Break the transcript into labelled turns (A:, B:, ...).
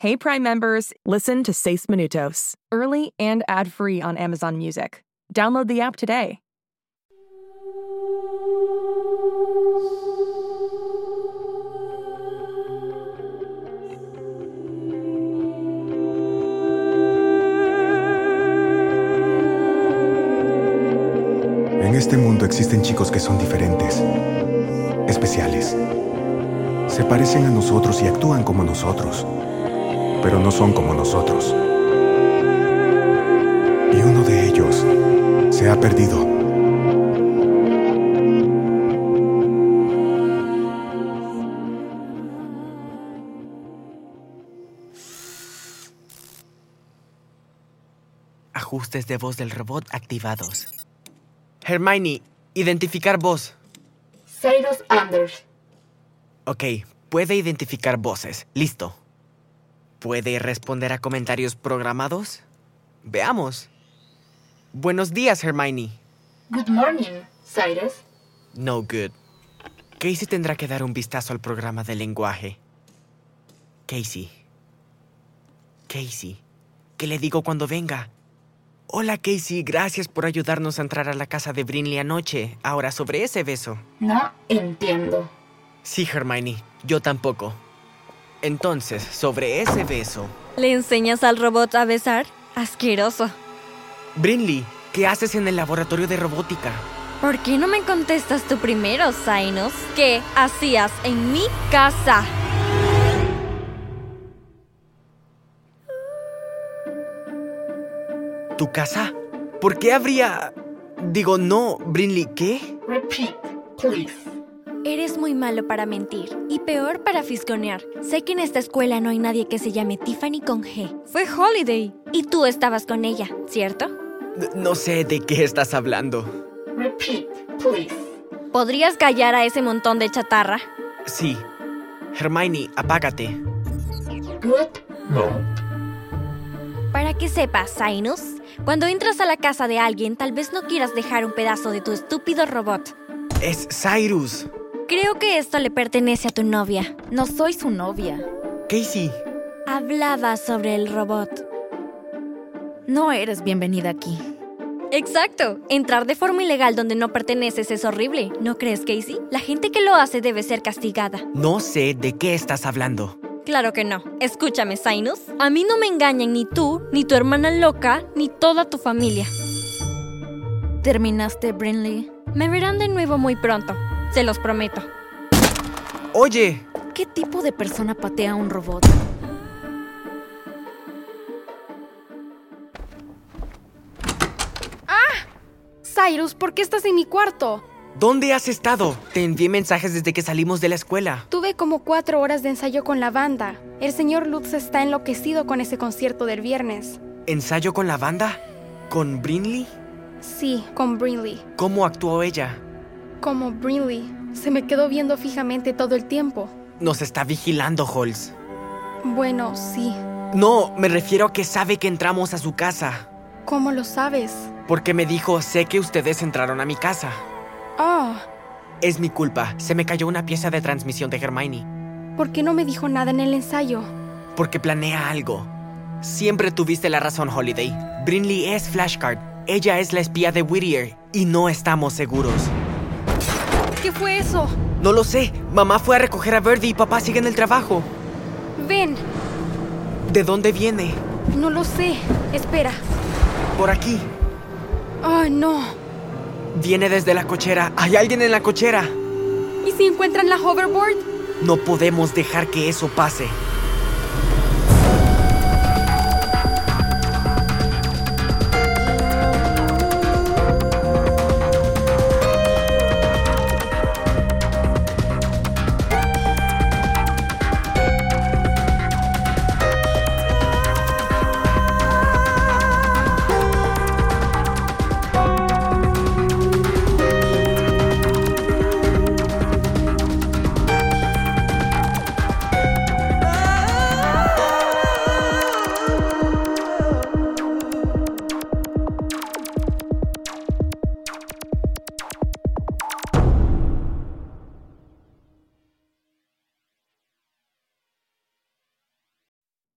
A: Hey Prime members, listen to Seis Minutos, early and ad-free on Amazon Music. Download the app today.
B: En este mundo existen chicos que son diferentes, especiales. Se parecen a nosotros y actúan como nosotros, pero no son como nosotros. Y uno de ellos se ha perdido.
C: Ajustes de voz del robot activados. Hermione, identificar voz.
D: Cyrus Anders.
C: Ok, puede identificar voces. Listo. ¿Puede responder a comentarios programados? Veamos. Buenos días, Hermione.
D: Good morning, Cyrus.
C: No good. Casey tendrá que dar un vistazo al programa de lenguaje. Casey. Casey. ¿Qué le digo cuando venga? Hola, Casey. Gracias por ayudarnos a entrar a la casa de Brinley anoche. Ahora, sobre ese beso.
D: No entiendo.
C: Sí, Hermione. Yo tampoco. Entonces, sobre ese beso.
E: ¿Le enseñas al robot a besar? Asqueroso.
C: Brinley, ¿qué haces en el laboratorio de robótica?
E: ¿Por qué no me contestas tú primero, Zainos? ¿Qué hacías en mi casa?
C: ¿Tu casa? ¿Por qué habría...? Digo, no, Brinley, ¿qué?
D: Repeat, please.
E: Eres muy malo para mentir y peor para fisgonear. Sé que en esta escuela no hay nadie que se llame Tiffany con G. Fue Holiday. Y tú estabas con ella, ¿cierto?
C: N- No sé de qué estás hablando.
D: Repeat, please.
E: ¿Podrías callar a ese montón de chatarra?
C: Sí. Hermione, apágate.
D: Good morning.
E: Para que sepas, Zainos, cuando entras a la casa de alguien, tal vez no quieras dejar un pedazo de tu estúpido robot.
C: Es Cyrus.
E: Creo que esto le pertenece a tu novia.
F: No soy su novia.
C: Casey,
E: Hablaba sobre el robot.
F: No eres bienvenida aquí.
E: Exacto. Entrar de forma ilegal donde no perteneces es horrible. ¿No crees, Casey? La gente que lo hace debe ser castigada.
C: no sé de qué estás hablando.
E: Claro que no. Escúchame, Sinus. A mí no me engañan ni tú, ni tu hermana loca, ni toda tu familia.
F: ¿Terminaste, Brinley?
E: Me verán de nuevo muy pronto. Se los prometo.
C: Oye,
F: ¿Qué tipo de persona patea a un robot?
G: Cyrus, ¿por qué estás en mi cuarto?
C: ¿dónde has estado? Te envié mensajes desde que salimos de la escuela.
G: Tuve como cuatro horas de ensayo con la banda. El señor Lutz está enloquecido con ese concierto del viernes.
C: ¿Ensayo con la banda? ¿Con Brinley?
G: Sí, con Brinley.
C: ¿Cómo actuó ella?
G: Como Brinley. Se me quedó viendo fijamente todo el tiempo.
C: Nos está vigilando, Holmes.
G: Bueno, sí.
C: No, me refiero a que sabe que entramos a su casa.
G: ¿Cómo lo sabes?
C: Porque me dijo, sé que ustedes entraron a mi casa.
G: Oh,
C: Es mi culpa, se me cayó una pieza de transmisión de Hermione.
G: ¿por qué no me dijo nada en el ensayo?
C: Porque planea algo. Siempre tuviste la razón, Holiday. Brinley es Flashcard. Ella es la espía de Whittier y no estamos seguros.
G: ¿Qué fue eso?
C: No lo sé. Mamá fue a recoger a Verdi y papá sigue en el trabajo.
G: Ven.
C: ¿De dónde viene?
G: No lo sé. Espera.
C: Por aquí.
G: Oh, no.
C: Viene desde la cochera. Hay alguien en la cochera.
G: ¿Y si encuentran la hoverboard?
C: No podemos dejar que eso pase.
H: Thank